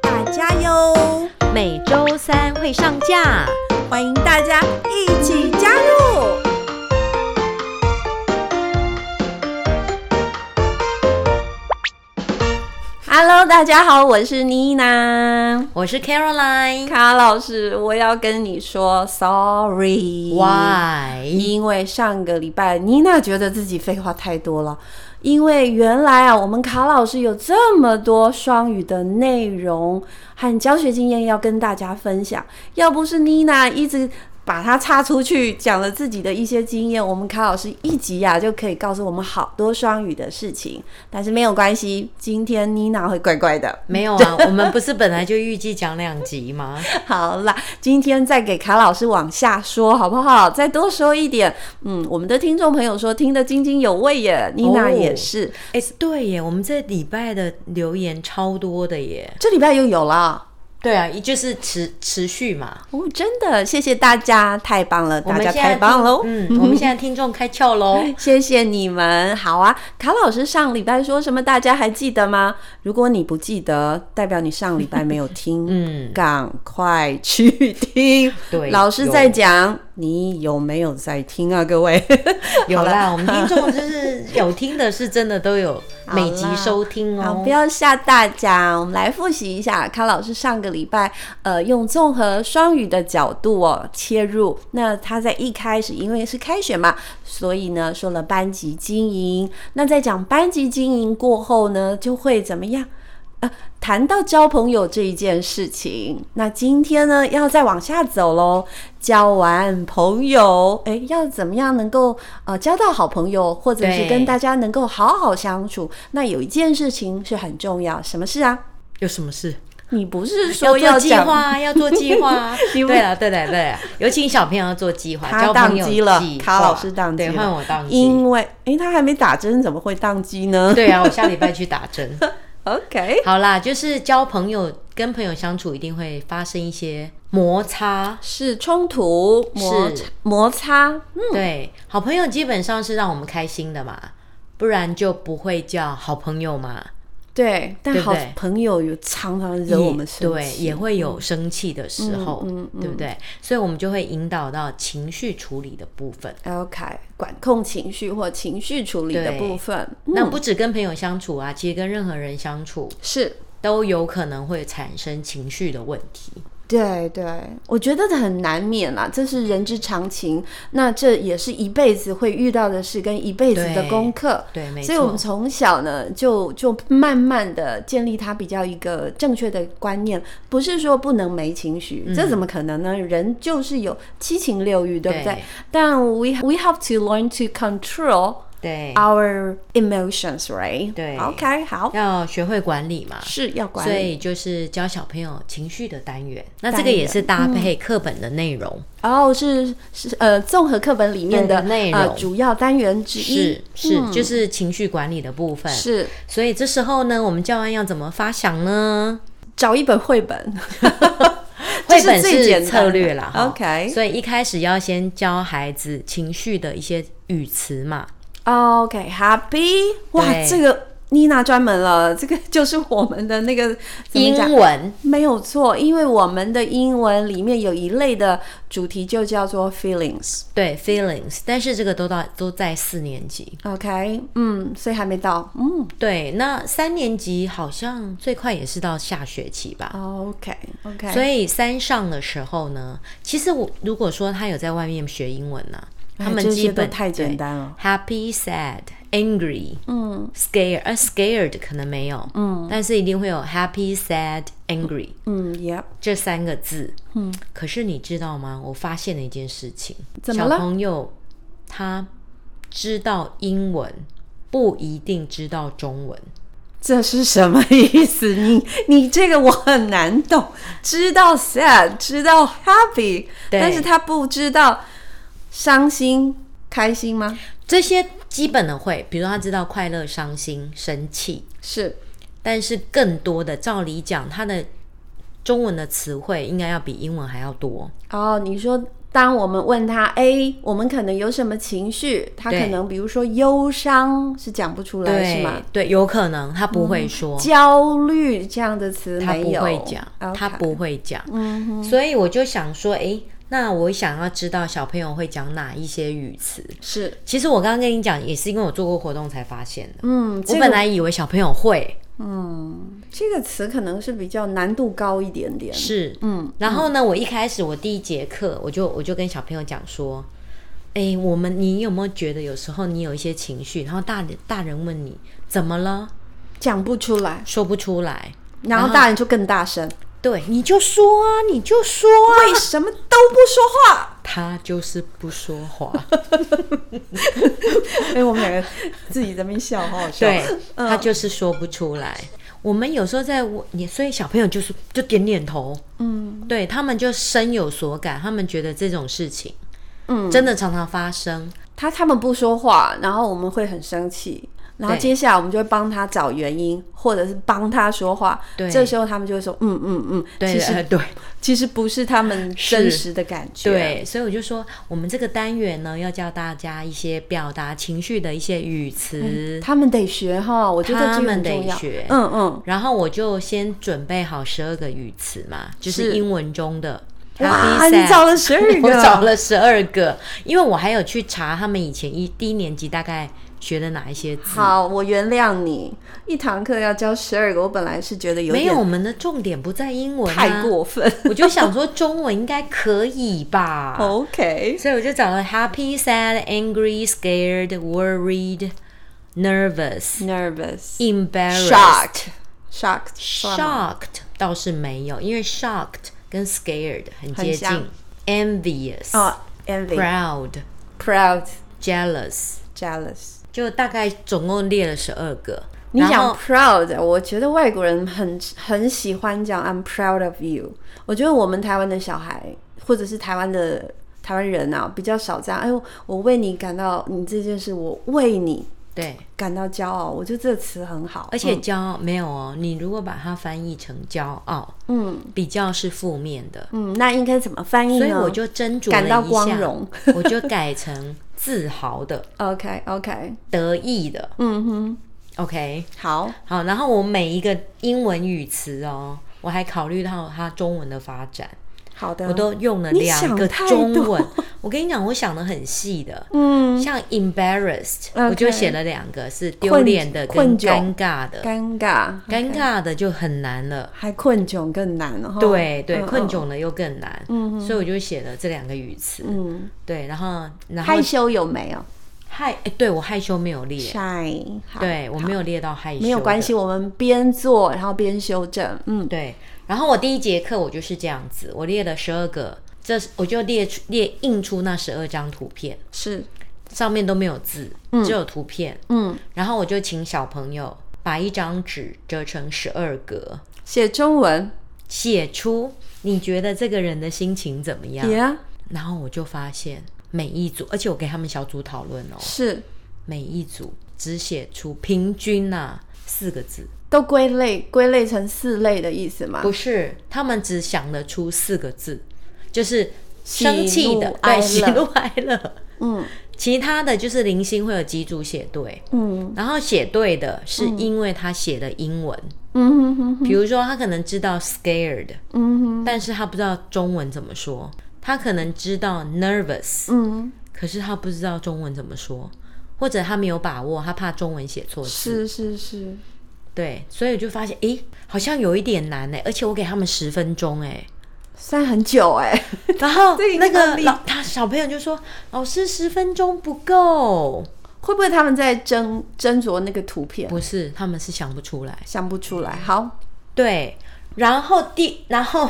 大家哟，每周三会上架。欢迎大家一起加入。Hello，大家好，我是妮娜。我是 Caroline。卡老师，我要跟你说 sorry。 Why？因为上个礼拜妮娜觉得自己废话太多了，因为原来啊，我们卡老师有这么多双语的内容和教学经验要跟大家分享，要不是妮娜一直。把它插出去，讲了自己的一些经验。我们卡老师一集呀、啊、就可以告诉我们好多双语的事情，但是没有关系，今天妮娜会乖乖的。没有啊，我们不是本来就预计讲两集吗？ 好啦，今天再给卡老师往下说好不好？再多说一点。嗯，我们的听众朋友说听得津津有味耶，妮娜也是， 哎、对耶，我们这礼拜的留言超多的耶。这礼拜又有了。对啊，就是持持续嘛。哦，真的，谢谢大家，太棒了，大我家们现在太棒喽！听嗯，我们现在听众开窍喽。谢谢你们，好啊！卡老师上礼拜说什么？大家还记得吗？如果你不记得，代表你上礼拜没有听， 嗯，赶快去听。对老师在讲，你有没有在听啊？各位，有好啦，啦我们听众就是有听的，是真的都有每集收听好，哦不。要吓大家，我们来复习一下。康老师上个礼拜，呃，用综合双语的角度哦切入。那他在一开始，因为是开学嘛，所以呢说了班级经营。那在讲班级经营过后呢，就会怎么样？呃，谈到交朋友这一件事情，那今天呢要再往下走喽。交完朋友，哎，要怎么样能够呃交到好朋友，或者是对跟大家能够好好相处？那有一件事情是很重要，什么事啊？有什么事？你不是说做计讲划啊，要做计划啊。 你不对了，对了，对了，啊尤其小朋友要做计划，他交宕朋友机了计，卡划老师宕机对，了，换我宕机。因为哎他还没打针，怎么会宕机呢？对啊，我下礼拜去打针。 ，OK，好啦，就是交朋友，跟朋友相处一定会发生一些摩擦。是冲突摩是擦摩擦，嗯对，好朋友基本上是让我们开心的嘛，不然就不会叫好朋友嘛。对，但对不好对朋友有常常惹我们生对，气，嗯也会有生气的时候，嗯嗯嗯对不对？所以我们就会引导到情绪处理的部分。 OK，管控情绪或情绪处理的对部分，那嗯不止跟朋友相处啊，其实跟任何人相处是都有可能会产生情绪的问题。对对，我觉得很难免啦，这是人之常情。那这也是一辈子会遇到的事，跟一辈子的对功课。对，没错。所以，我们从小呢，就就慢慢的建立他比较一个正确的观念，不是说不能没情绪，嗯这怎么可能呢？人就是有七情六欲，对不对？对但 we we have to learn to control 啊对 our emotions, right？对，OK，好，要学会管理嘛。是要管所理。以就是教小朋友情绪的单元，那这单个也元嗯是搭配课本的内容。哦，是是呃，综合课本里面的对内呃容主要单元之一嗯是是，就是情绪管理的部分。是所以这时候呢，我们教案要怎么发想呢？找一本绘本， 这绘是本最简是单策的略啦哈 OK 所以一开始要先教孩子情绪的一些语词嘛。哦 OK，Happy，、哇，对这个妮娜专门了，这个就是我们的那个怎么英讲？文没有错，因为我们的英文里面有一类的主题就叫做 feelings。对 feelings，但是这个都到都在四年级。 OK，嗯，所以还没到，嗯对，那三年级好像最快也是到下学期吧。哦，OK，OK，、所以三上的时候呢，其实我如果说他有在外面学英文呢、啊哎他们这些基都本太简单了。对 Happy, sad, angry, 嗯，scared，呃、scared 可能没有，嗯，但是一定会有 happy, sad, angry 嗯，Yep，这三个字，嗯。可是你知道吗？我发现了一件事情，怎么了小朋友他知道英文，不一定知道中文。这是什么意 思？你你这个我很难懂。知道 sad，知道 happy，对但是他不知道伤心、开心吗？这些基本的会，比如他知道快乐、伤心、生气，是但是更多的，照理讲，他的中文的词汇应该要比英文还要多。哦，你说。当我们问他，哎，我们可能有什么情绪？他可对能比如说忧伤是讲不出来，是吗？对，有可能他不会说，焦虑这样的词他没不有，会讲 OK 他不会讲。嗯哼，所以我就想说，诶，那我想要知道小朋友会讲哪一些语词。是，其实我刚刚跟你讲，也是因为我做过活动才发现的。嗯，这我个本来以为小朋友会这个词可能是比较难度高一点点，是，嗯，然后呢，我一开始我第一节课，我就我就跟小朋友讲说，诶，我们你有没有觉得有时候你有一些情绪，然后大人大人问你怎么了，讲不出来，说不出来，然后大人就更大声，对，你就说啊，你就说啊，为什么都不说话？他就是不说话。 哎，我们两个自己在那边笑，好好笑。对，他就是说不出来。我们有时候在我你，所以小朋友就是就点点头，嗯对他们就深有所感，他们觉得这种事情嗯，真的常常发生。他他们不说话，然后我们会很生气。然后对接下来我们就会帮他找原因，或者是帮他说话。对这时候他们就会说：“嗯嗯嗯。”对其实呃对其实不是他们真实的感觉。，对，所以我就说，我们这个单元呢，要教大家一些表达情绪的一些语词。他们得学哈，我觉得这他个们很重得要。学，嗯嗯，然后我就先准备好十二个语词嘛，就是是英文中的。哇， happy, 你 sad 找了十 二我个，找了十二个，因为我还有去查他们以前一第一年级大概学的哪一些字。好，我原谅你，一堂课要教十二个，我本来是觉得有没点有，我们的重点不在英文、啊，太。过分。我就想说中文应该可以 吧，哦 OK，所以我就找了 happy, sad, angry, scared, worried, nervous, nervous, embarrassed, shocked, shocked, 算吗 shocked 倒是没有，因为 shocked 跟 scared 很很接像近，envious、哦，envy, Oh, proud, proud, jealous。 jealous。就大概总共列了十二个。你然讲后 proud，我觉得外国人很很喜欢讲 I'm proud of you。我觉得我们台湾的小孩或者是台湾的台湾人啊，比较少这样。哎呦，我为你感到，你这件事，我为你对，感到骄傲。我觉得这个词很好，而且骄傲、没有哦，你如果把它翻译成骄傲，嗯，比较是负面的，嗯，那应该怎么翻译呢？所以我就斟酌了一下，啊感到光荣 我就改成自豪的、 OK OK，得意的。嗯哼， OK，好，好，然后我每一个英文语词哦，我还考虑到它中文的发展，好的，我都用了嗯你两想个太中多文。 我跟你讲，我想的很细的，嗯像 embarrassed，、 OK 我就写了两个是丢困脸的困跟窘尴尬的。尴尬，尴尬的就很难了。还困窘更难哈。对对，嗯困，窘的又更难，嗯所以我就写了这两个语词。嗯，对，然后然后害羞有没有害，哎对我害羞没有列， ？shy，好，对我没有列到害羞，没有关系，。我们边做然后边修正，嗯，对，然后我第一节课我就是这样子，我列了十二个，这是我就列出列印出那十二张图片，是，上面都没有字，只有图片。嗯，然后我就请小朋友把一张纸折成十二格，写中文写出你觉得这个人的心情怎么样。 ，yeah，然后我就发现每一组，而且我给他们小组讨论哦，是每一组只写出平均呐、四个字，都归类归类成四类的意思嘛？不是他们只想得出四个字，就是怒生气的哀乐对喜怒哀乐，嗯其他的就是零星会有几组写对。嗯然后写对的是因为他写的英文，嗯哼哼哼比如说他可能知道 scared，嗯哼但是他不知道中文怎么说，他可能知道 nervous，嗯，可是他不知道中文怎么说，或者他没有把握，他怕中文写错字。是是是，对，所以我就发现，诶，好像有一点难哎，而且我给他们十分钟 哎，算很久哎， 然后这已经那个很厉老他小朋友就说，老师十分钟不够，会不会他们在斟斟酌那个图片？不是，他们是想不出来。想不出来。好，对，然后第然后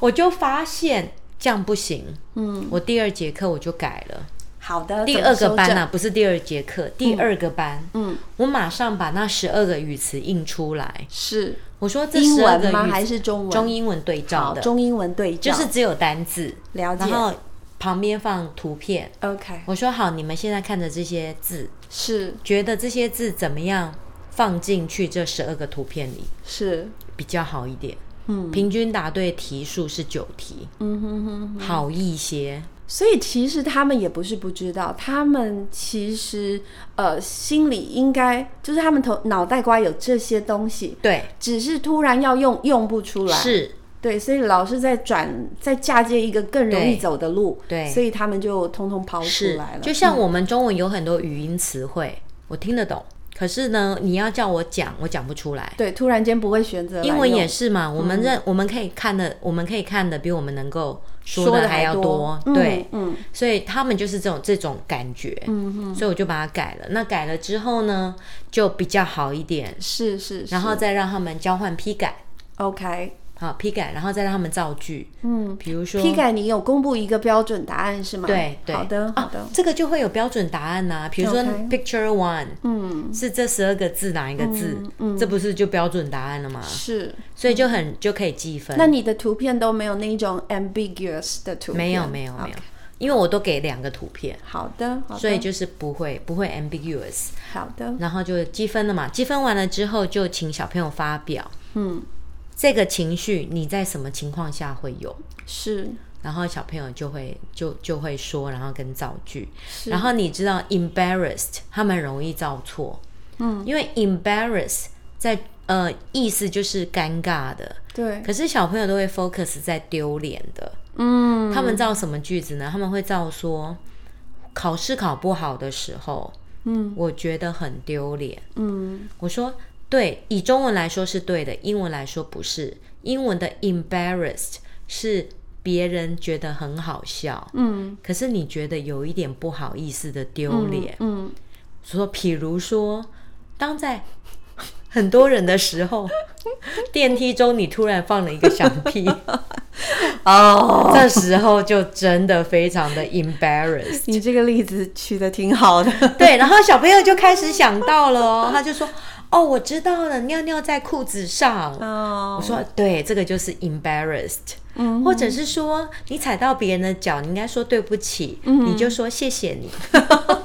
我就发现这样不行，嗯，我第二节课我就改了，好的，第怎么二个修班啊正呢、不是第二节课，第二个班，嗯，我马上把那十二个语词印出来。是我说这英十二个文吗？还语词是中文？中英文对照好，的，中英文对照，就是只有单字，了解然。后旁边放图片。 OK，我说好，你们现在看着这些字，是觉得这些字怎么样放进去这十二个图片里是，比较好一点？嗯平均答对题数是九题，嗯哼哼。好一些。所以其实他们也不是不知道，他们其实呃心里应该就是他们头脑袋瓜有这些东西，对，只是突然要用用不出来。是，对，所以老师在转在嫁接一个更容易对走的路，对所以他们就通通抛出是来了。就像我们中文有很多语音词汇，我听得懂，可是呢，你要叫我讲，我讲不出来。对，突然间不会选择来英文也用嗯是嘛，我们认、我们可以看的，我们可以看的比我们能够说说的的还要多，嗯对，，嗯所以他们就是这种这种感觉，嗯哼，所以我就把它改了。那改了之后呢，就比较好一点，是是是，然后再让他们交换批改， OK，好批改，然后再让他们造句，嗯。比如说批改你有公布一个标准答案是吗？对对，好的好的啊，，这个就会有标准答案呐、比如说 OK picture one 嗯，是这十二个字哪一个字，嗯嗯这不是就标准答案了吗？是。所以就很就可以计分。那你的图片都没有那一种 ambiguous 的图片？没有没有没有 OK，因为我都给两个图片，好的，好的，所以就是不会不会 ambiguous，好的，然后就积分了嘛。积分完了之后，就请小朋友发表嗯，这个情绪你在什么情况下会有，是然后小朋友就会就就会说，然后跟造句。是，然后你知道 embarrassed 他们容易造错，嗯，因为 embarrass 在呃意思就是尴尬的，对，可是小朋友都会 focus 在丢脸的。嗯，他们造什么句子呢？他们会造说，考试考不好的时候，嗯我觉得很丢脸。嗯，我说，对，以中文来说是对的，英文来说不是。英文的 embarrassed 是别人觉得很好笑，嗯，可是你觉得有一点不好意思的丢脸。嗯，说，比如说，当在很多人的时 候，电梯中你突然放了一个响屁。 哦，这时候就真的非常的 embarrassed。你这个例子取得挺好的， 对，然后小朋友就开始想到了哦，他就说：“哦，我知道了，尿尿在裤子上。哦，我说：“对，这个就是 embarrassed。”嗯或者是说你踩到别人的脚，你应该说对不起，嗯你就说谢谢 你。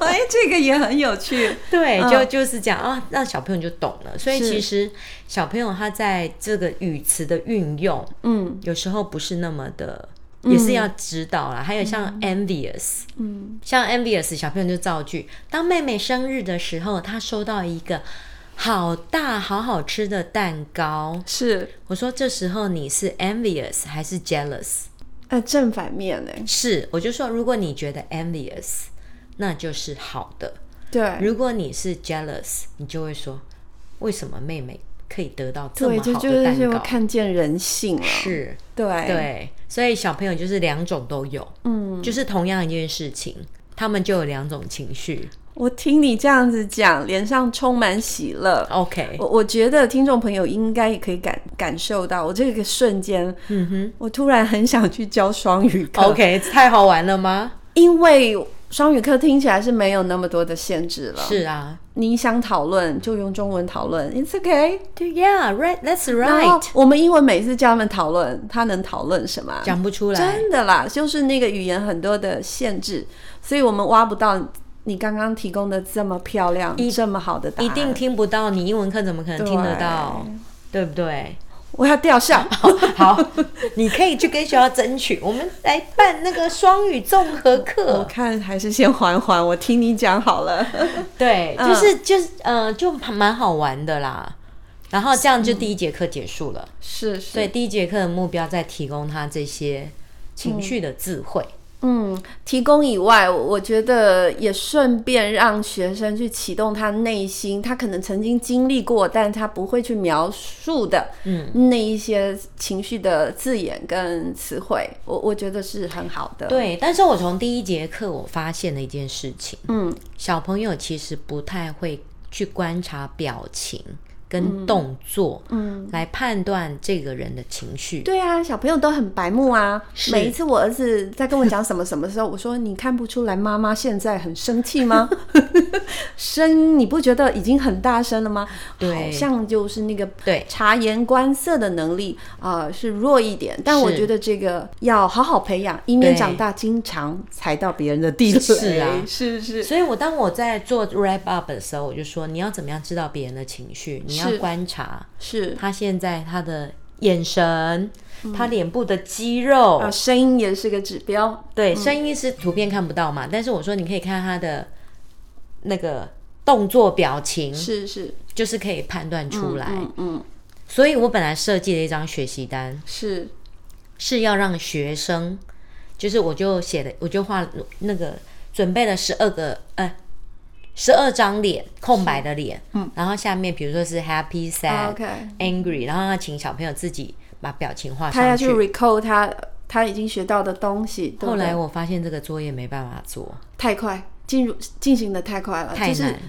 哎，这个也很有趣，对，嗯就就是这样啊，让小朋友就懂了。所以是其实小朋友他在这个语词的运用，嗯有时候不是那么的，也是要知道啦。还有像 envious，嗯，像 envious 小朋友就造句，当妹妹生日的时候，她收到一个好大好好吃的蛋糕。是，我说这时候你是 envious 还是 jealous？呃，正反面呢，是，我就说如果你觉得 envious，那就是好的；对，如果你是 jealous，你就会说为什么妹妹可以得到这对，么这好就的是蛋就糕？看见人性了，是，对，对，所以小朋友就是两种都有，嗯，就是同样一件事情，他们就有两种情绪。我听你这样子讲，脸上充满喜乐。 OK，我我觉得听众朋友应该也可以感感受到，我这个瞬间，嗯哼我突然很想去教双语课 ，OK，太好玩了吗？因为双语课听起来是没有那么多的限制了。是啊你想讨论就用中文讨论，It's okay。对，Yeah，right，that's 然后 right，我们英文每次叫他们讨论，他能讨论什么啊？讲不出来，真的啦，就是那个语言很多的限制，所以我们挖不到你刚刚提供的这么漂亮、这么好的答案。一定听不到。你英文课怎么可能听得对到？对不对？我要吊笑。好，你可以去跟学校争取，我们来办那个双语综合我课。看还是先缓缓，我听你讲好了。 对，嗯就是就是，呃，就蛮好玩的啦。然后这样就第一节课结束了。是是，所以第一节课的目标在提供他这些情绪的智慧。嗯，提供以外，我我觉得也顺便让学生去启动他内心，他可能曾经经历过，但他不会去描述的，嗯，那一些情绪的字眼跟词汇，我我觉得是很好的。，对。但是我从第一节课我发现了一件事情，嗯，小朋友其实不太会去观察表情跟动作嗯，来判断这个人的情绪。对啊，小朋友都很白目啊。是每一次我儿子在跟我讲什么什么时候，我说你看不出来妈妈现在很生气吗？ 声你不觉得已经很大声了吗？对好像就是那个对察言观色的能力啊、呃是弱一点。但我是觉得这个要好好培养，以免对长大经常踩到别人的地雷。是啊是是所以我当我在做 wrap up 的时候，我就说你要怎么样知道别人的情绪？你要是观察是他现在他的眼神，他脸部的肌肉，嗯啊，嗯声音也是个指标。对，声音是图片看不到嘛，但是我说你可以看他的那个动作表情，是是，就是可以判断出来。嗯嗯所以我本来设计了一张学习单，是是要让学生，就是我就写的，我就画了那个准备了十二个，呃。十二张脸，空白的脸，嗯，然后下面比如说是 happy、sad、 OK。 angry，然后要请小朋友自己把表情画啊他要上去 recall 他他已经学到的东西，对不后对来我发现这个作业没办法做，太快进入进行的太快了，哦太就是难。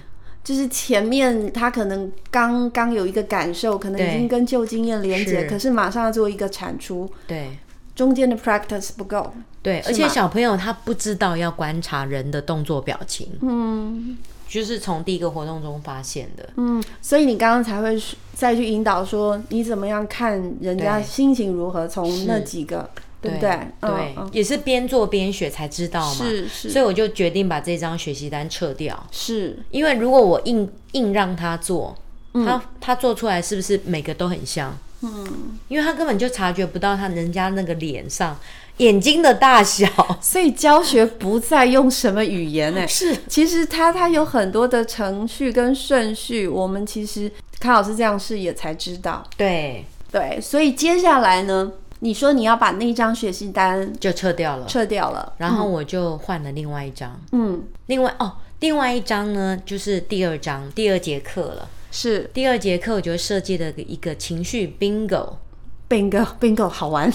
就是前面他可能刚刚有一个感受，可能对已经跟旧经验连接，是可是马上要做一个产出，对，中间的 practice 不够。对，是而且吗小朋友他不知道要观察人的动作表情，嗯就是从第一个活动中发现的。嗯，所以你刚刚才会再去引导说你怎么样看人家对心情如何，从是那几个，对不对？嗯对嗯，也是边做边学才知道嘛。是是所以我就决定把这张学习单撤掉，是因为如果我硬硬让他做，他他做出来是不是每个都很像？嗯，因为他根本就察觉不到他人家那个脸上眼睛的大小。所以教学不再用什么语言呢、 是其实它它有很多的程序跟顺序，我们其实康老师这样试也才知道。对，对，所以接下来呢，你说你要把那张学习单就撤掉了。撤掉了，然后我就换了另外一张。嗯，另外哦，另外一张呢，就是第二章第二节课了。是第二节课我就设计了一个情绪 bingo， bingo bingo 好玩，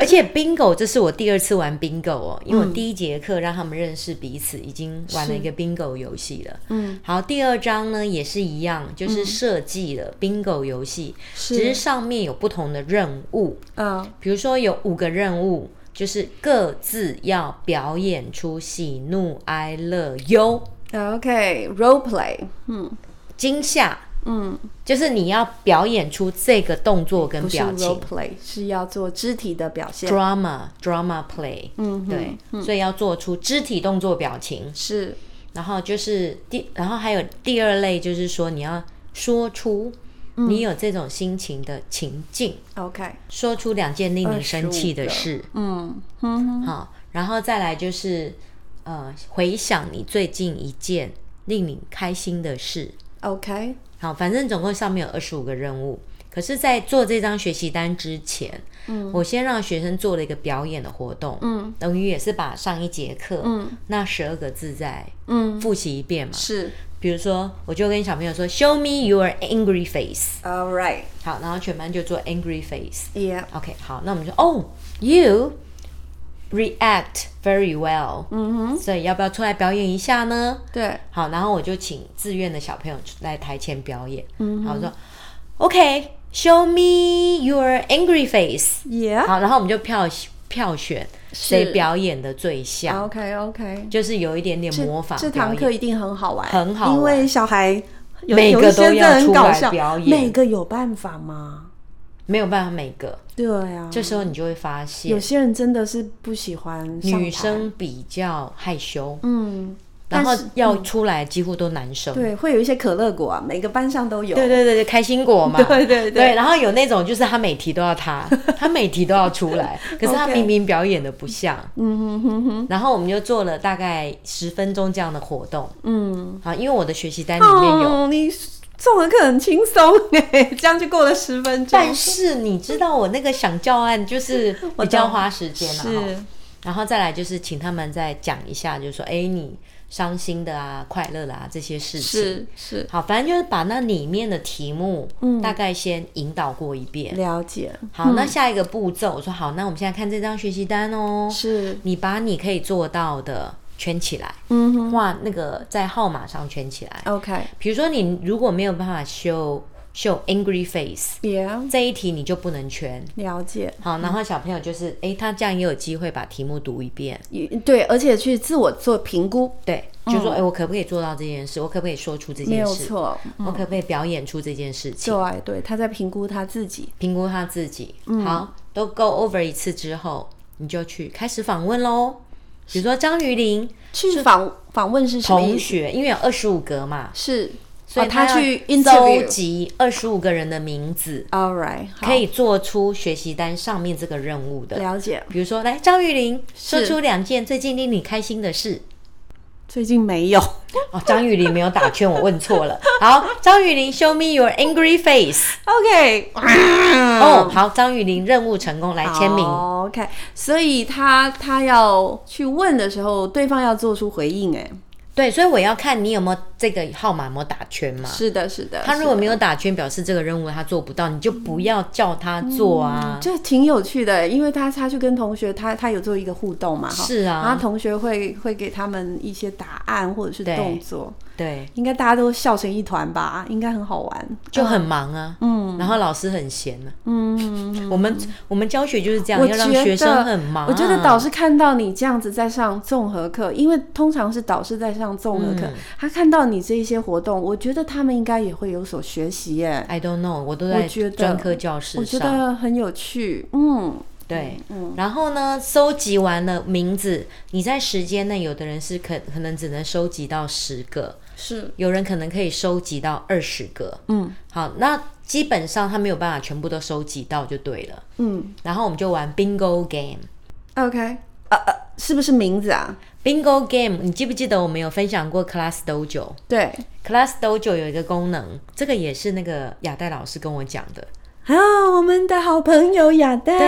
而且 bingo 这是我第二次玩 bingo 哦，因嗯为我第一节课让他们认识彼此，已经玩了一个 bingo 游戏了。嗯，好，第二章呢也是一样，就是设计了 bingo 游戏，只是是上面有不同的任务，嗯比如说有五个任务。就是各自要表演出喜怒哀乐忧呃，OK role play，嗯惊吓，嗯，就是你要表演出这个动作跟不是表 role 情 play，是要做肢体的表现， ，drama drama play，嗯哼，对，所以要做出肢体动作表情，是然后就是第，然后还有第二类就是说你要说出你有这种心情的情境， OK，说出两件令你生气的25事，嗯嗯好、然后再来就是呃回想你最近一件令你开心的事， ，OK，好，反正总共上面有二十五个任务。可是，在做这张学习单之前，嗯，我先让学生做了一个表演的活动，嗯，等于也是把上一节课，嗯，那十二个字再嗯复习一遍嘛。是比如说，我就跟小朋友说，Show me your angry face。 ，All right，yeah。好，然后全班就做 angry face。 Yeah OK，好，那我们就哦，you react very well。嗯哼，所以要不要出来表演一下呢？对，好，然后我就请自愿的小朋友来台前表演。嗯，好，我说 OK，show、me your angry face。也好，然后我们就票票选谁表演的最像， OK OK，就是有一点点模仿这表堂课演。一定很好玩，很好玩因为小孩有每个有一些都要真的很搞出来笑，表演每个有办法吗？没有办法每个，对啊，这时候你就会发现有些人真的是不喜欢上女台，生比较害羞，嗯，然后但是要出来几乎都男生。对，会有一些可乐果啊，每个班上都有，对对对对，开心果嘛， 对对对对，然后有那种就是他每题都 要他，他每题都要出来，可是他 OK 明明表演的不像，嗯哼哼哼，然后我们就做了大概十分钟这样的活动啊嗯，好，因为我的学习单里面有，哦、你上的课很轻松 哎，这样就过了十分钟，但是你知道我那个想教案就是比较花时间了、哈是然后再来就是请他们再讲一下，就是说，哎，你伤心的啊、快乐的啊这些事情。是是，好，反正就是把那里面的题目，嗯大概先引导过一遍。了解，好，那下一个步骤，我说好，那我们现在看这张学习单哦，是，你把你可以做到的圈起来，嗯哼画那个在号码上圈起来。 ，OK，比如说，你如果没有办法修秀 angry face， ，yeah，这一题你就不能圈。了解。好，然后小朋友就是，诶，他这样也有机会把题目读一遍，也对，而且去自我做评估，对，就说，诶，哎我可不可以做到这件事？我可不可以说出这嗯没件有事？错。我可不可以表演出这件事情？对对，他在评估他自己。评估他自己。嗯好，都 go over 一次之后，你就去开始访问喽。比如说张雨林去访访问是什么意同思？学，因为有二十五格嘛，是，所以哦他要去搜 interview。集二十五个人的名字， All right，好可以做出学习单上面这个任务的。了解。比如说，来张玉玲说是出两件最近令你开心的事。最近没有，哦，张玉玲没有打圈，我问错了。好，张玉玲，Show me your angry face。 OK，哦，好，张玉玲任务成功，来签名。嗯好 OK，所以他他要去问的时候，对方要做出回应。哎，对，所以我要看你有没有这个号码有没有打圈嘛。是的，是的。啊他如果没有，有打圈，表示这个任务他做不到，你就不要叫他做啊。就挺有趣的，因为他他去跟同学，他他有做一个互动嘛，哈。是然啊后，同学会会给他们一些答案或者是对动作，对，应该大家都笑成一团吧，应该很好玩。就很忙啊。嗯，然后老师很闲呢、啊。嗯，我们我们教学就是这样，我要让觉学生得很忙啊、我觉得导师看到你这样子在上综合课，因为通常是导师在上综合嗯课，他看到你这一些活动，我觉得他们应该也会有所学习耶。 I don't know，我都我在觉得专科教室我觉上。得很有趣，嗯，对，然后呢，收集完了名字，你在时间内，有的人是可可能只能收集到十个，是有人可能可以收集到二十个。嗯，好，那基本上他没有办法全部都收集到就对了。嗯然后我们就玩 bingo game。 ，OK，呃呃，是不是名字啊？ bingo game，你记不记得我们有分享过 Class Dojo？对 Class Dojo 有一个功能，这个也是那个亚代老师跟我讲的。啊，我们的好朋友雅黛，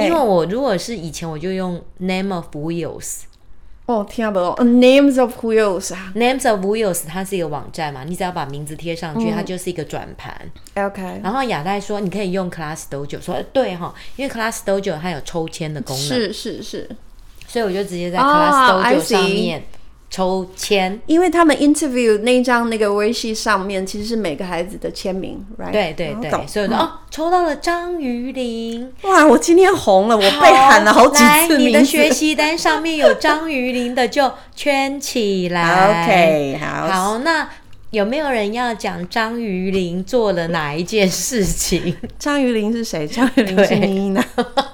对，因为我如果是以前我就用 Name of Wheels。哦，听不懂呃，Names of Wheels 啊 Names of Wheels，它是一个网站嘛，你只要把名字贴上去，它就是一个转盘。 ，OK，然后亚代说，你可以用 Class Dojo，说呃对哈，因为 Class Dojo 它有抽签的功能，是是是，所以我就直接在哦 Class I Dojo see 上面抽签。因为他们 interview 那一张那个微信上面其实是每个孩子的签名，right？对对好对，懂嗯所以我就哦，抽到了张鱼林，哇，我今天红了，我 被喊了好几来次哦你名的字学。习单上面有张鱼林的就圈起 来。啊 OK，好，好，那有没有人要讲张鱼林做了哪一件事情？ 张雨林是谁？张雨林是对妮娜。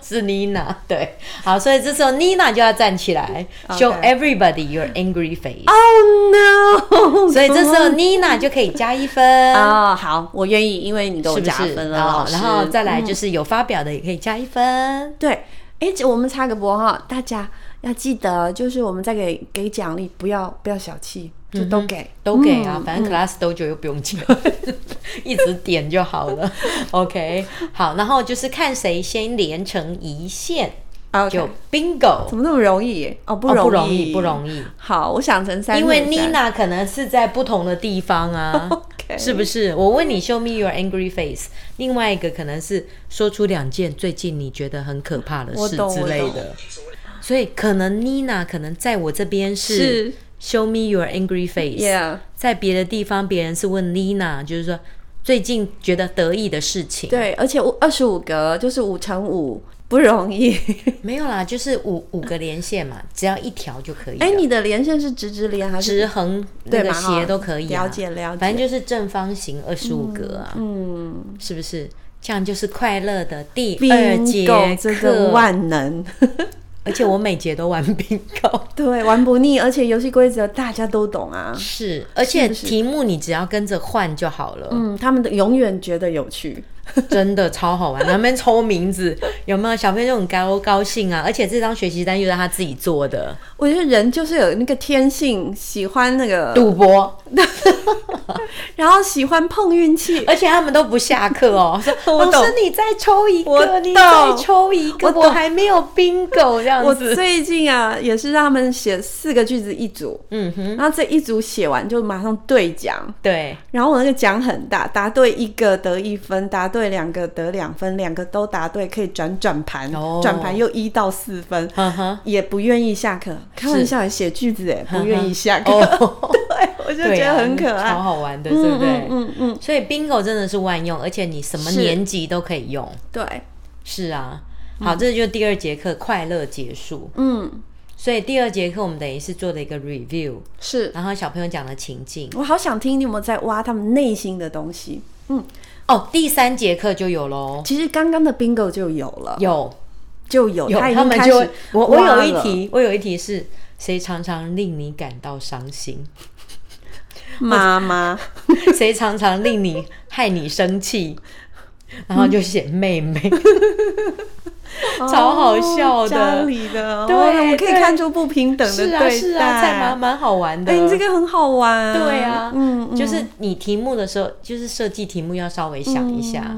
是 Nina，对，好，所以这时候 Nina 就要站起来 OK 啊，show everybody your angry face，、 Oh no！ 所以 这时候 Nina 就可以加一分，啊、好，我愿意，因为你给我是不加是？分了，好老师然后再来就是有发表的也可以加一分，对，哎，这我们插个播哈，大家要记得，就是我们在给给奖励，不要不要小气，就嗯都给。都给嗯啊，反正 class dojo 又不用钱， 一直点就好了。OK，好，然后就是看谁先连成一线， o 就 k bingo，怎么那么容易？哦，不啊哦容易，不容易，不容易。好，我想成三，因为妮娜 Nina 可能是在不同的地方啊 OK 是不是？我问你，Show me your angry face。另外一个可能是说出两件最近你觉得很可怕的我事懂之类我懂的，所以可能 Nina 可能在我这边是是 Show me your angry face，、 ，Yeah，在别的地方别人是问 Nina，就是说最近觉得得意的事情。，对，而且我二十五格就是五乘五，不容 易。没有啦，就是五五个连线嘛，只要一条就可以了。哎，你的连线是直直连还是直横那对个嘛哈斜都可以、啊，了解了解反正就是正方形二十五格啊，嗯，是不是？这样就是快乐的第二节 bingo 这个课，万能？ 而且我每节都玩 bingo，对，玩不腻，而且游戏规则大家都懂啊。是，而且不是题目你只要跟着换就好了，嗯，他们的永远觉得有趣。真的超好玩。那边抽名字有没有？小朋友就很高高兴啊，而且这张学习单又是他自己做的，我觉得人就是有那个天性，喜欢那个，赌博，然后喜欢碰运 气。而且他们都不下课 哦，说我老师你再抽一我个，你懂再抽一个，我我懂还没有 bingo 这样我子。最近啊，也是让他们写四个句子一组，嗯哼，然后这一组写完就马上兑奖，对，然后我那个奖很大，答对一个得一分，答对两个得两分，两个都答对可以转转盘哦，转盘又一到四分， 嗯哼， 也不愿意下课。开玩笑，写句子哎，不愿意下课。哦， 对，我我就觉得很可爱，超好玩的，对不对？嗯嗯嗯，所以 bingo 真的是万用，而且你什么是年级都可以用。对，是啊，好，这就是第二节课快乐结束。嗯所以第二节课我们等于是做了一个 review，是。然后小朋友讲的情境。我好想听你有没有在挖他们内心的东西。嗯，哦，第三节课就有喽，其实刚刚的 bingo 就有了，有就有，有，他已他经们开就始会我我挖有一了题，我有一题是谁常常令你感到伤 心，妈妈，谁常常令你害你生 气，然后就写妹妹，超好笑哦家的。里的，对对，我们可以对看出不平等的是对啊待。是啊，在蛮蛮好玩的。哎，你这个很好玩。对啊，嗯，嗯就是你题目的时候，就是设计题目要稍微想一下。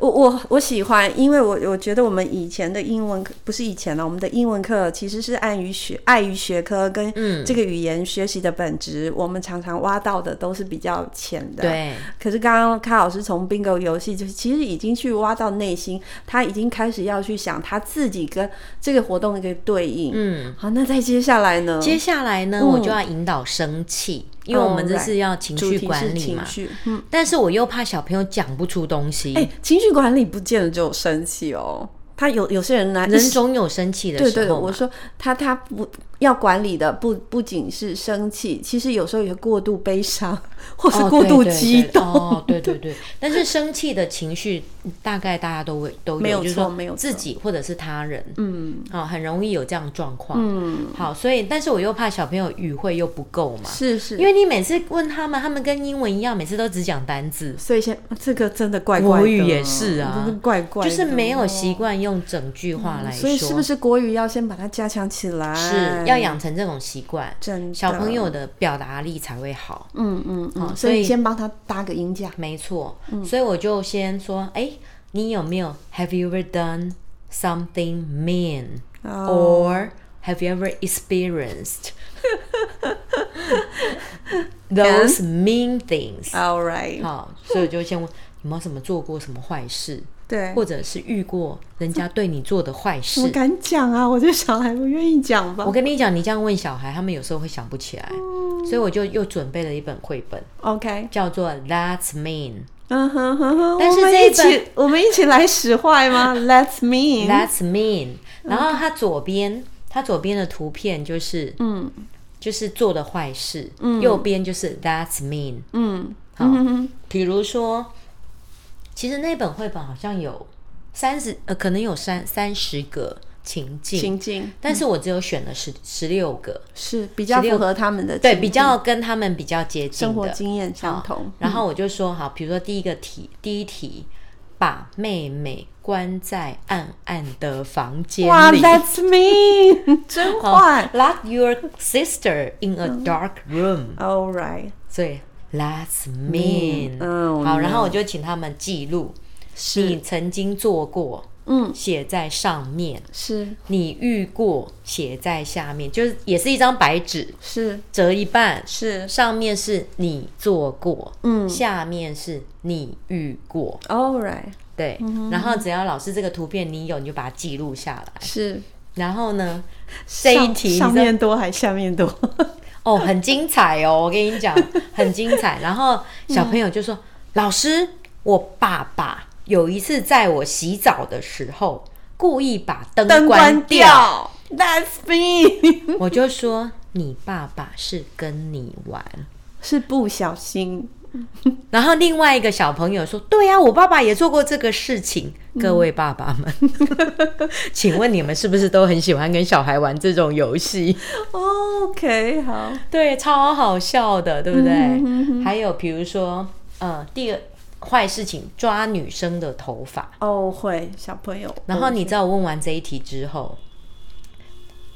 我我我喜欢，因为我我觉得我们以前的英文课不是以前了，我们的英文课其实是碍于学碍于学科跟嗯这个语言学习的本质，我们常常挖到的都是比较浅的。。对，可是刚刚卡老师从 bingo 游戏，就是其实已经去挖到内心，他已经开始要去想他自己跟这个活动的一个对应。嗯。好，那再接下来呢？接下来呢，嗯哦我就要引导生气，因为我们这是要情主绪题管是理情嘛。绪，嗯，但是我又怕小朋友讲不出东西。哎、情绪管理不见得只有生气哦，他有有些人来人总有生气的对时对，候我嘛。说他他不要管理的不不仅是生气，其实有时候也会过度悲伤，或是哦过对度对激对动。哦，对对对，但是生气的情绪大概大家都会都没有就是错说没有错自己或者是他人，嗯啊、很容易有这样的状况。嗯，好，所以但是我又怕小朋友语汇又不够嘛，是是，因为你每次问他们，他们跟英文一样，每次都只讲单字，所以现这个真的怪怪的，国语也是啊真的怪怪就的，哦是没有习惯用整句话来说，嗯所以是不是国语要先把它加强起来？是要养成这种习惯，真的小朋友，的表达力才会好。嗯嗯好嗯，所所以以先帮他搭个音架。没错，嗯所以我就先说，哎，你有没有 Have you ever done something mean、or 哦 Have you ever experienced those mean things？ All right，好，所以我就先问有没有什么做过什么坏事，对，或者是遇过人家对你做的坏我事。敢讲啊，我这小孩不愿意讲吧我。跟你讲，你这样问小孩，他们有时候会想不起来，所以我就又准备了一本绘本， OK，叫做《That's Mean 嗯哼哼哼，但是我们这一一起我们一起来使坏 吗？Let's mean，嗯 That's Mean》，然后它左边，它左边的图片就是嗯就是做的坏事，右边就是 That's Mean。嗯，好，比如说，其实那本绘本好像有三十，呃，可能有三三十个情境，情境但是我只有选了十十六个，是比较符合他们的对，情比较跟他们比较接近生活的。经验相同。然后我就说好，比如说第一个题，第一题，把妹妹关在暗暗的房间哇里。 ，That's me，真 好坏。 Lock your sister in 嗯 a dark room，、 All right，所以 that's mean。嗯好，然后我就请他们记录你是曾经做过，嗯写在上面；是你遇过，写在下面，就是也是一张白纸，是折一半，是上面是你做过，嗯下面是你遇过， ，All right，对。嗯然后只要老师这个图片你有，你就把它记录下来。是然后呢，这一题你上上知道面多还下面多？哦，很精彩哦，我跟你讲，很精 彩。然后小朋友就说：“老师，我爸爸有一次在我洗澡的时候，故意把 灯灯关关。掉，That's me，” 我就说：“你爸爸是跟你玩。”是不小心。然后另外一个小朋友说：“对呀、我爸爸也做过这个事情。”嗯各位爸爸们， 请问你们是不是都很喜欢跟小孩玩这种 游戏？ OK，好，对，超好笑的，对不对？嗯哼哼还有比如说，呃，第二坏事情抓女生的头发。哦，会小朋友，然后你知道我问完这一题之后，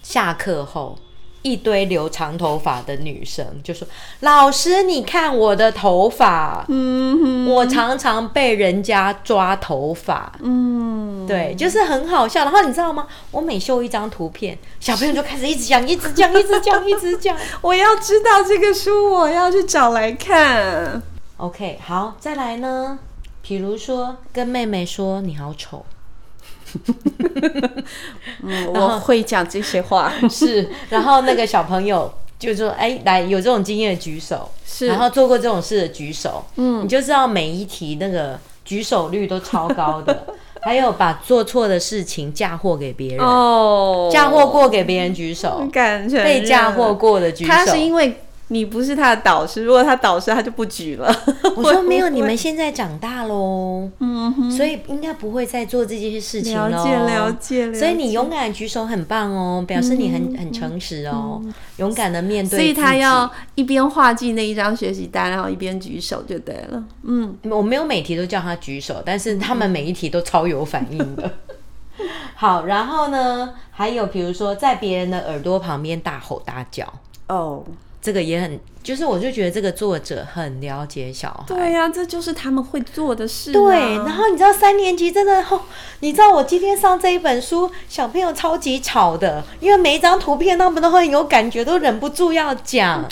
下课后一堆留长头发的女生就说：“老师，你看我的头发，嗯哼，我常常被人家抓头发。”嗯，对，就是很好笑。然后你知道吗？我每秀一张图片，小朋友就开始一直讲，一直讲，一直讲，一直 讲。我要知道这个书，我要去找来看。 OK，好，再来呢，比如说跟妹妹说你好丑，嗯，我会讲这些话，是，然后那个小朋友就说哎、来有这种经验的举手，是然后做过这种事的举手，嗯，你就知道每一题那个举手率都超高的， 还有把做错的事情嫁祸给别人，哦，嫁祸过给别人举手，感觉被嫁祸过的举手，他是因为你不是他的导师，如果他导师，他就不举了。我 说没有，你们现在长大喽，嗯，所以应该不会再做这些事情喽。了解了解了解所以你勇敢地举手很棒哦，表示你很、很诚实哦，勇敢的面嗯对。所以他要，一边画记那一张学习单，然后一边举手就对了。嗯，我没有每题都叫他举手，但是他们每一题都超有反应 的。好，然后呢，还有比如说在别人的耳朵旁边大吼大叫，哦，这个也很，就是我就觉得这个作者很了解小孩。对呀、这就是他们会做的事、对，然后你知道三年级真的，哦，你知道我今天上这一本书，小朋友超级吵的，因为每一张图片他们都很有感觉，都忍不住要 讲。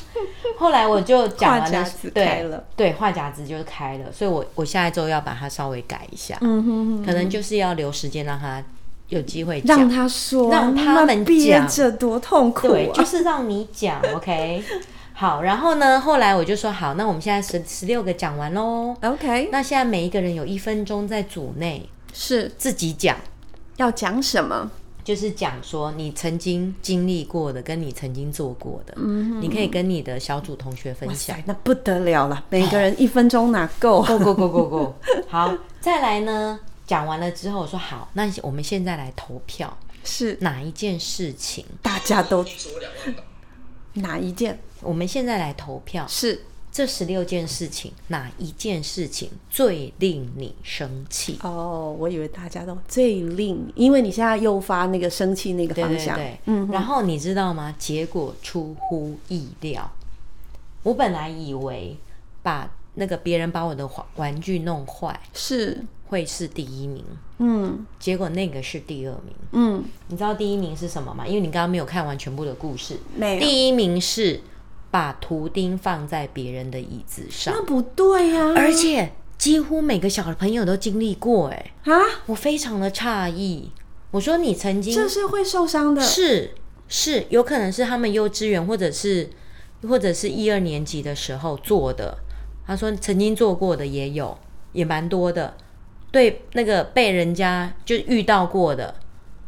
后来我就讲完话了匣子，开对了对，话匣子就开了，所以我我下一周要把它稍微改一下，嗯哼哼，可能就是要留时间让他有机会让讲，他说，让他那们憋讲着多痛苦 对，就啊！是让你讲 ，OK。好，然后呢，后来我就说好，那我们现在十十六个讲完喽。 OK，那现在每一个人有一分钟在组内是自己讲，要讲什么？就是讲说你曾经经历过的，跟你曾经做过的，你可以跟你的小组同学分享塞。，那不得了了，每个人一分钟哪 够？ Go go go go go！好， 再来呢，讲完了之后，我说好，那我们现在来投票，是哪一件事情？大家都哪一件？我们现在来投票，是这十六件事情，哪一件事情最令你生气？哦，我以为大家都最令，因为你现在诱发那个生气那个对方对向，对，嗯嗯。然后你知道吗？结果出乎意料。我本来以为把那个别人把我的玩玩具弄坏是，会是第一名，嗯结果那个是第二名。嗯，你知道第一名是什么吗？因为你刚刚没有看完全部的故事。没有，第一名是把图钉放在别人的椅子上，那不对呀、而且几乎每个小朋友都经历过、哎，啊，我非常的诧异。我说你曾经这是会受伤的，是是，有可能是他们幼稚园或者是或者是一二年级的时候做的。他说曾经做过的也有，也蛮多的。对，那个被人家就遇到过的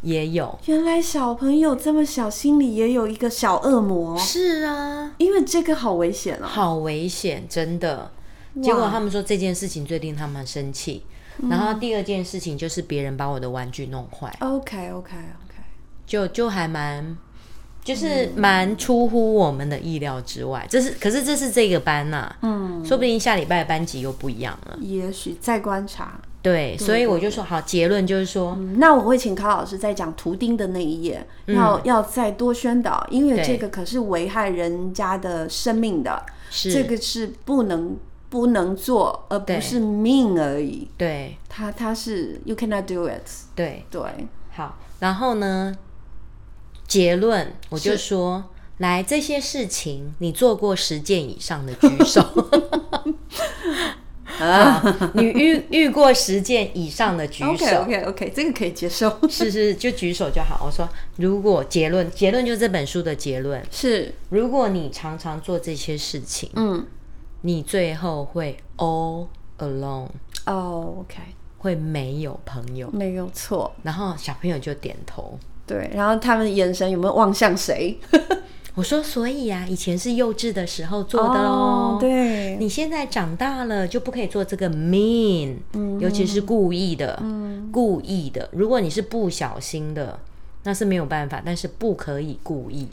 也有。原来小朋友这么小，心里也有一个小恶魔，是啊，因为这个好危险哦。好危险，真的。结果他们说这件事情最令他们生气。然后第二件事情就是别人把我的玩具弄坏， OK OK OK，就就还蛮，就是蛮出乎我们的意料之外。这是可是这是这个班呐、嗯，说不定下礼拜的班级又不一样了。也许再观察。对，所以我就说好，结论就是说，嗯那我会请康老师在讲图钉的那一页，要要再多宣导，因为嗯对这个可是危害人家的生命的，是这个是不能不能做，而不是命而已。对他他是 you cannot do it，对对，好。然后呢，结论我就说，来这些事情你做过十件以上的举 手，好你遇遇过十件以上的举 OK 手。 OK OK，这个可以接受，是是，就举手就好。我说，如果结论，结论就是这本书的结论。是如果你常常做这些事情，嗯你最后会 all alone，哦 OK，会没有朋友。没有错，然后小朋友就点头。对。然后他们的眼神有没有望向 谁？我说，所以啊，以前是幼稚的时候做的哦喽。对，你现在长大了就不可以做这个 mean，、尤嗯其是故意的、故意的。如果你是不小心的，那是没有办法，但是不可以故意。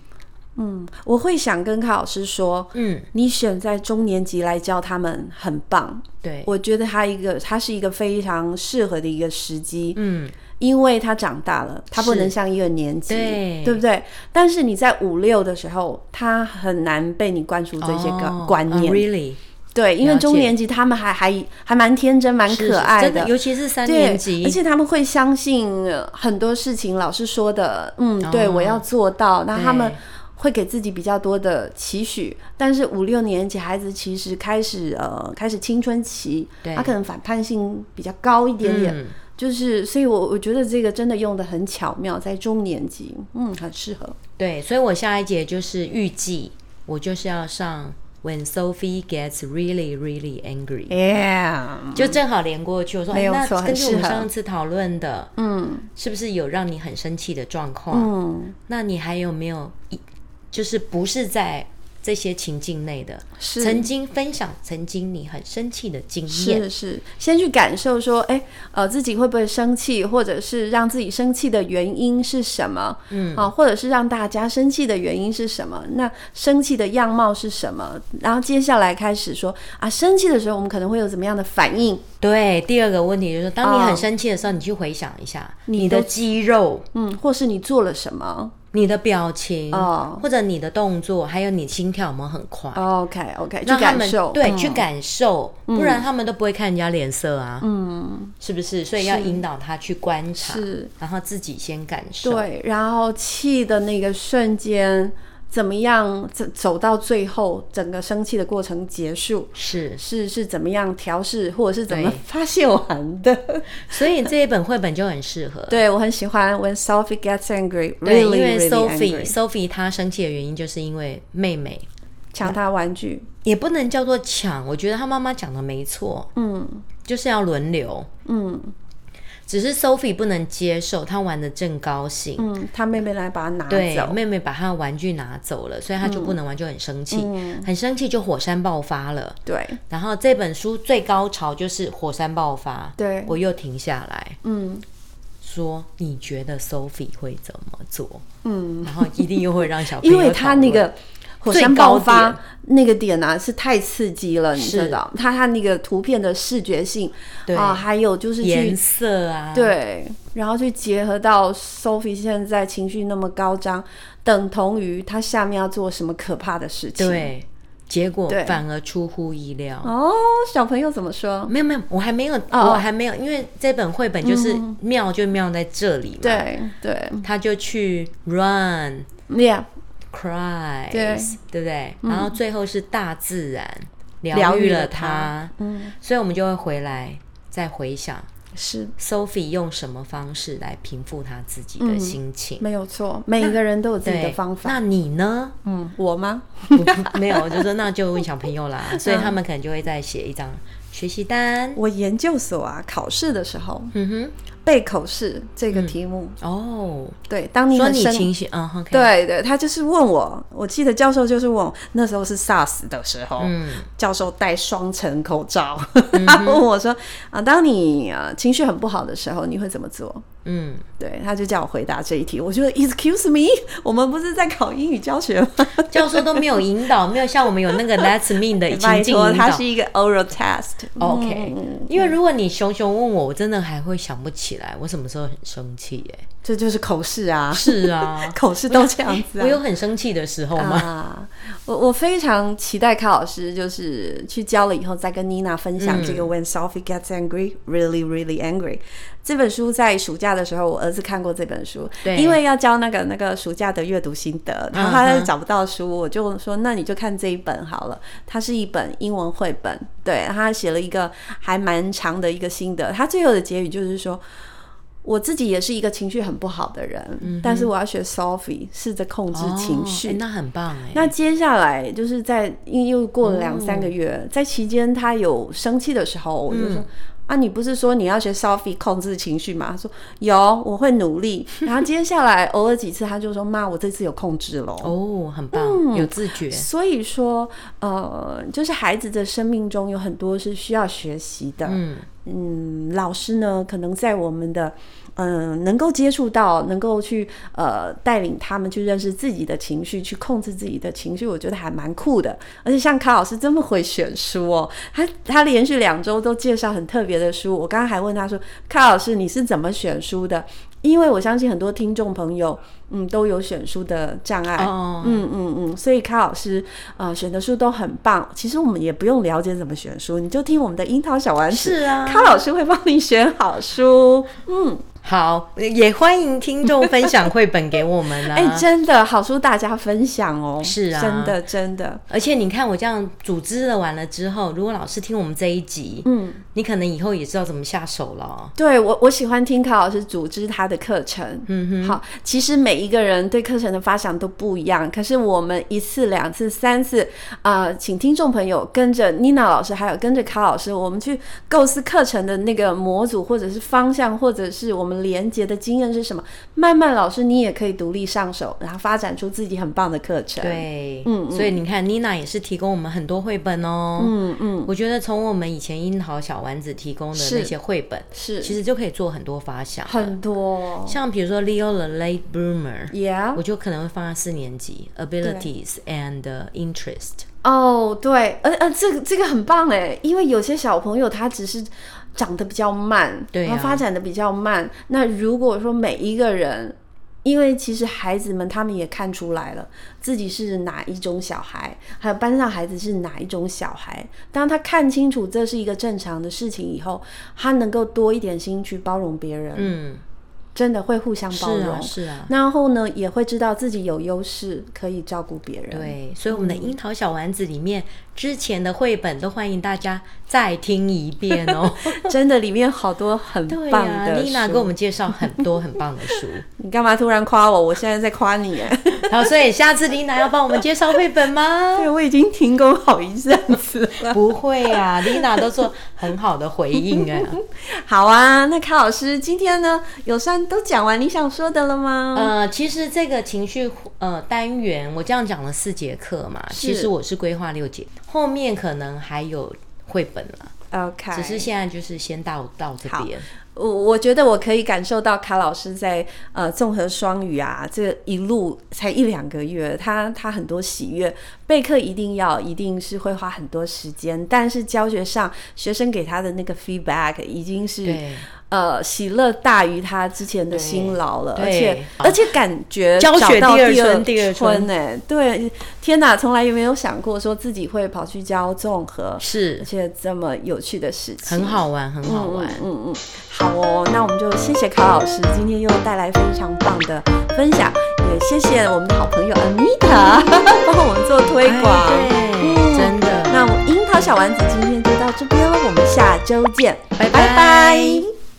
嗯，我会想跟康老师说，嗯，你选在中年级来教他们很棒，对，我觉得他一个他是一个非常适合的一个时机，嗯，因为他长大了，他不是能像一二年级，对不对？但是你在五六的时候，他很难被你灌输这些个哦观念，啊 really 对，因为了解中年级他们还还还蛮天真、蛮是可爱真的，尤其是三年级，对，而且他们会相信呃很多事情老师说的，嗯，哦对我要做到。那他们对会给自己比较多的期许，但是五六年级孩子其实开始呃开始青春期，对他可能反叛性比较高一点点，嗯就是所以我我觉得这个真的用的很巧妙，在中年级，嗯，很适合。对，所以我下一节就是预计我就是要上 When Sophie gets really really angry，、 ，Yeah，就正好连过去。我说，嗯没哎有那错根据我很们适合上次讨论的，嗯是不是有让你很生气的状况？嗯，那你还有没有一就是不是在这些情境内的？是曾经分享曾经你很生气的经验，是是，先去感受说，哎，呃，自己会不会生气，或者是让自己生气的原因是什么？嗯，啊，或者是让大家生气的原因是什么？那生气的样貌是什么？然后接下来开始说，啊，生气的时候我们可能会有怎么样的反应？对，第二个问题就是，当你哦很生气的时候，你去回想一下你你的都肌肉、嗯，或是你做了什么你的表情，哦或者你的动作，还有你心跳有没有很快， ？OK OK，去让他哦感们受，对、嗯去感受，不然他们都不会看人家脸色啊，嗯，是不是？所以要引导他去观察，是。然后自己先感受，对，然后气的那个瞬间，怎么样走走到最后，整个生气的过程结束，是。是是怎么样调试，或者是怎么对发泄完 的？所以这一本绘本就很适合，对我很喜欢 When Sophie Gets Angry，really, 对因为 really Sophie、 angry Sophie 她生气的原因就是因为妹妹抢他玩具，也不能叫做抢，我觉得他妈妈讲的没错，嗯就是要轮流。嗯只是 Sophie 不能接受，她玩的正高兴，嗯，他妹妹来把他拿对走，妹妹把她的玩具拿走了，所以她就不能玩，就很生气，嗯很生气就火山爆发了。对，然后这本书最高潮就是火山爆发，对我又停下来嗯说，你觉得 Sophie 会怎么做？嗯，然后一定又会让小朋友因为他那讨论个。火山高爆发点那个点啊，是太刺激了，你是知道？他他那个图片的视觉性对啊，还有就是去颜色啊，，对，然后去结合到 Sophie 现在情绪那么高涨，等同于她下面要做什么可怕的事情。，对，结果对反而出乎意料。哦，小朋友怎么说？没有没有，我还没有，哦嗯我还没有，因为这本绘本就是妙就妙在这里嘛。，对对嗯他就去 run ，Yeah， cries，对嗯不对？然后最后是大自然疗疗愈愈了了他，嗯，所以我们就会回来再回想是 Sophie 用什么方式来平复他自己的心情。没有错，每一个人都有自己嗯的对方法。那你 呢？嗯，我吗？没有，我就说那就问小朋友 啦，所以他们可能就会再写一张学习单。我研究所啊，考试的时候嗯背口试这个题目，哼，哦，对，当你说很你生情绪，嗯，OK，，对对，他就是问我，我记得教授就是问我，那时候是 SARS 的时候，嗯教授戴双层口罩，他问我说啊，当你啊情绪很不好的时候，你会怎么做？嗯。对，他就叫我回答这一题，我觉得 Excuse me，我们不是在考英语教学吗？教授都没有引 导，没有像我们有那个 That's me 的拜 情境托，引它导哦是。一个 oral test。嗯 OK，、因为如果你熊熊问我，我真的还会想不起来我什么时候很生气耶、这就是口试啊，，是啊 口试都这样子啊我。有很生气的时候吗？啊，我我非常期待卡老师就是去教了以后再跟妮娜分享这个《When 嗯 Sophie Gets Angry, Really Really Angry》这本书。在暑假的时候，我儿子看过这本书，对嗯因为要教那个那个暑假的阅读心得，然后他找不到书，我就说那你就看这一本好了。它是一本英文绘本，对，他写了一个还蛮长的一个心得。他最后的结语就是说。我自己也是一个情绪很不好的人，但是我要学 Sophie，试着控制嗯哦情绪。哎那很棒哎、那接下来就是在因又过了两三个月，在期间他有生气的时候，我就说。啊，你不是说你要学 Sophie 控制情绪吗？他说有，我会努力。然后接下来偶尔几次，他就说：“妈，我这次有控制了。哦，很棒，有自觉，所以说，呃，就是孩子的生命中有很多是需要学习的。嗯，嗯，老师呢，可能在我们的嗯、呃能够接触到，能够去呃带领他们去认识自己的情绪，去控制自己的情绪，我觉得还蛮酷的。而且像卡老师这么会选书哦，他他连续两周都介绍很特别的书。我刚刚还问他说，卡老师你是怎么选书的？因为我相信很多听众朋友，嗯，都有选书的障碍，哦，嗯嗯嗯，所以卡老师呃选的书都很棒。其实我们也不用了解怎么 选书，你就听我们的樱桃小丸子，是啊卡老师会帮你选好书。嗯，好，也欢迎听众分享绘本给我 们啊。哎、真的好书大家分享哦，是啊真的真的，而且你看，我这样组织了完了之后，如果老师听我们这一集，嗯，你可能以后也知道怎么下手了哦。对我我喜欢听卡老师组织他的课程，嗯哼，好，其实每一个人对课程的发想都不一样，可是我们一次、两次、三次，啊，请听众朋友跟着妮娜老师，还有跟着卡老师，我们去构思课程的那个模组，或者是方向，或者是我们连接的经验是什么，慢慢老师你也可以独立上手，然后发展出自己很棒的课程，，对，嗯，所以你看，妮娜也是提供我们很多绘本哦。嗯嗯，我觉得从我们以前樱桃小丸子提供的是那些绘本，是其实就可以做很多发想了。很多像比如说 Leo the Late Bloomer， ，Yeah，我就可能会放在四年级 Abilities and Interest。哦，对，呃呃，这个这个很棒哎，因为有些小朋友他只是长得比较慢，对然后啊发展的比较慢。那如果说每一个人，因为其实孩子们他们也看出来了自己是哪一种小孩，还有班上孩子是哪一种小孩。当他看清楚这是一个正常的事情以后，他能够多一点心去包容别人，嗯，真的会互相包是容。嗯啊，是啊。然后呢，也会知道自己有优势，可以照顾别人。对，所以我们的樱桃小丸子里面之前的绘本都欢迎大家再听一遍哦。 真的里面好多很 对棒呀、的妮娜书给我们介绍很多很棒的书。你干嘛突然夸我？我现在在夸你 耶！好，所以下次妮娜要帮我们介绍绘本 吗？对，我已经停工好一阵子了。 不会啊，妮娜都做很好的回 应哎、好啊，那卡老师今天呢，友善都讲完你想说的了吗？呃，其实这个情绪呃单元，我这样讲了四节课嘛，其是实我是规划六节，后面可能还有绘本啦， OK，呃只是现在就是先到到这边。我我觉得我可以感受到卡老师在呃综合双语啊这一路才一两个月，他他很多喜悦，备课一定要一定是会花很多时间，但是教学上学生给他的那个 feedback 已经是对，呃喜乐大于他之前的辛劳了，对而且好而且感觉教学找到第二第春第二春呢、对，天哪，从来也没有想过说自己会跑去教综合，而是且这么有趣的事情，很好玩，很好玩。嗯嗯嗯，好哦，那我们就谢谢卡老师今天又带来非常棒的分享，也谢谢我们的好朋友 Anita 帮我们做推广。嗯哎对，真的。那我们樱桃小丸子今天就到这边了，我们下周见，拜拜拜拜